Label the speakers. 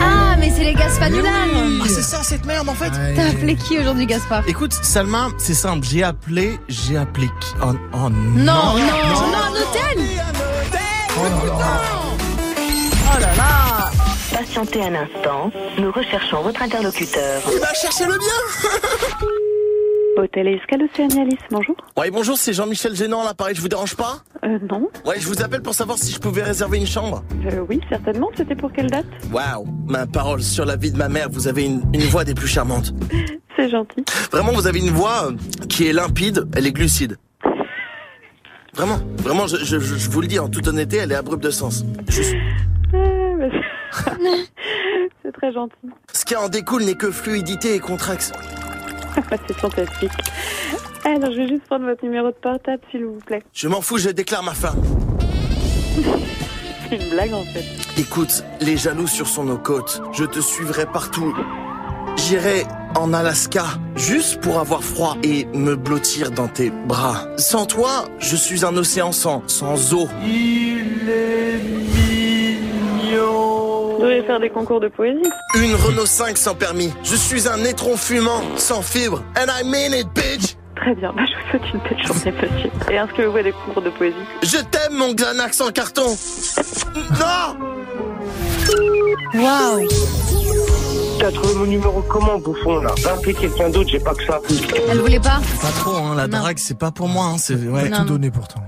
Speaker 1: Ah, c'est les Gaspanulars.
Speaker 2: Mais oui.
Speaker 3: Ah, c'est ça, cette merde, en fait.
Speaker 1: T'as appelé qui aujourd'hui, Gaspard
Speaker 3: Écoute, Salma, c'est simple. J'ai appelé, j'ai appelé. qui- Oh, oh,
Speaker 1: non,
Speaker 3: non.
Speaker 1: non, non,
Speaker 2: non,
Speaker 1: un hôtel
Speaker 4: Patientez un instant, nous recherchons votre interlocuteur.
Speaker 3: Il va chercher le bien.
Speaker 5: Hôtel Escale Océanialis, bonjour.
Speaker 3: Ouais, bonjour, c'est Jean-Michel Génant, là, pareil, je vous dérange pas
Speaker 5: Euh, non,
Speaker 3: Ouais, je vous appelle pour savoir si je pouvais réserver une chambre.
Speaker 5: Euh, oui, certainement. C'était pour quelle date
Speaker 3: Waouh, ma parole sur la vie de ma mère, vous avez une, une voix des plus charmantes.
Speaker 5: C'est gentil.
Speaker 3: Vraiment, vous avez une voix euh, qui est limpide, elle est glucide. Vraiment, vraiment, je, je- je- je vous le dis en toute honnêteté, elle est abrupte de sens. Juste.
Speaker 5: Euh, bah, c'est- c'est très gentil.
Speaker 3: Ce qui en découle n'est que fluidité et contraction.
Speaker 5: Ah, c'est fantastique. Alors, je vais juste prendre votre numéro de portable, s'il vous plaît.
Speaker 3: Je m'en fous, je déclare ma femme.
Speaker 5: C'est une blague, en fait.
Speaker 3: Écoute, les jaloux sur son nos côtes, je te suivrai partout. J'irai en Alaska, juste pour avoir froid et me blottir dans tes bras. Sans toi, je suis un océan sans, sans eau.
Speaker 5: Vous devriez faire des concours de poésie.
Speaker 3: Une Renault 5 sans permis. Je suis un étron fumant, sans fibre. And I mean it, bitch!
Speaker 5: Très bien. Bah, je vous souhaite une belle journée, monsieur. Et inscrivez-vous à des concours de poésie.
Speaker 3: Je t'aime, mon Xanax en carton! Non!
Speaker 1: Waouh
Speaker 6: T'as trouvé mon numéro comment, bouffon, là Va appeler quelqu'un d'autre, j'ai pas que ça.
Speaker 1: Elle voulait pas
Speaker 3: Pas trop, hein, la
Speaker 1: Non.
Speaker 3: drague, c'est pas pour moi, hein, c'est, ouais.
Speaker 1: Non.
Speaker 2: Tout donné pourtant.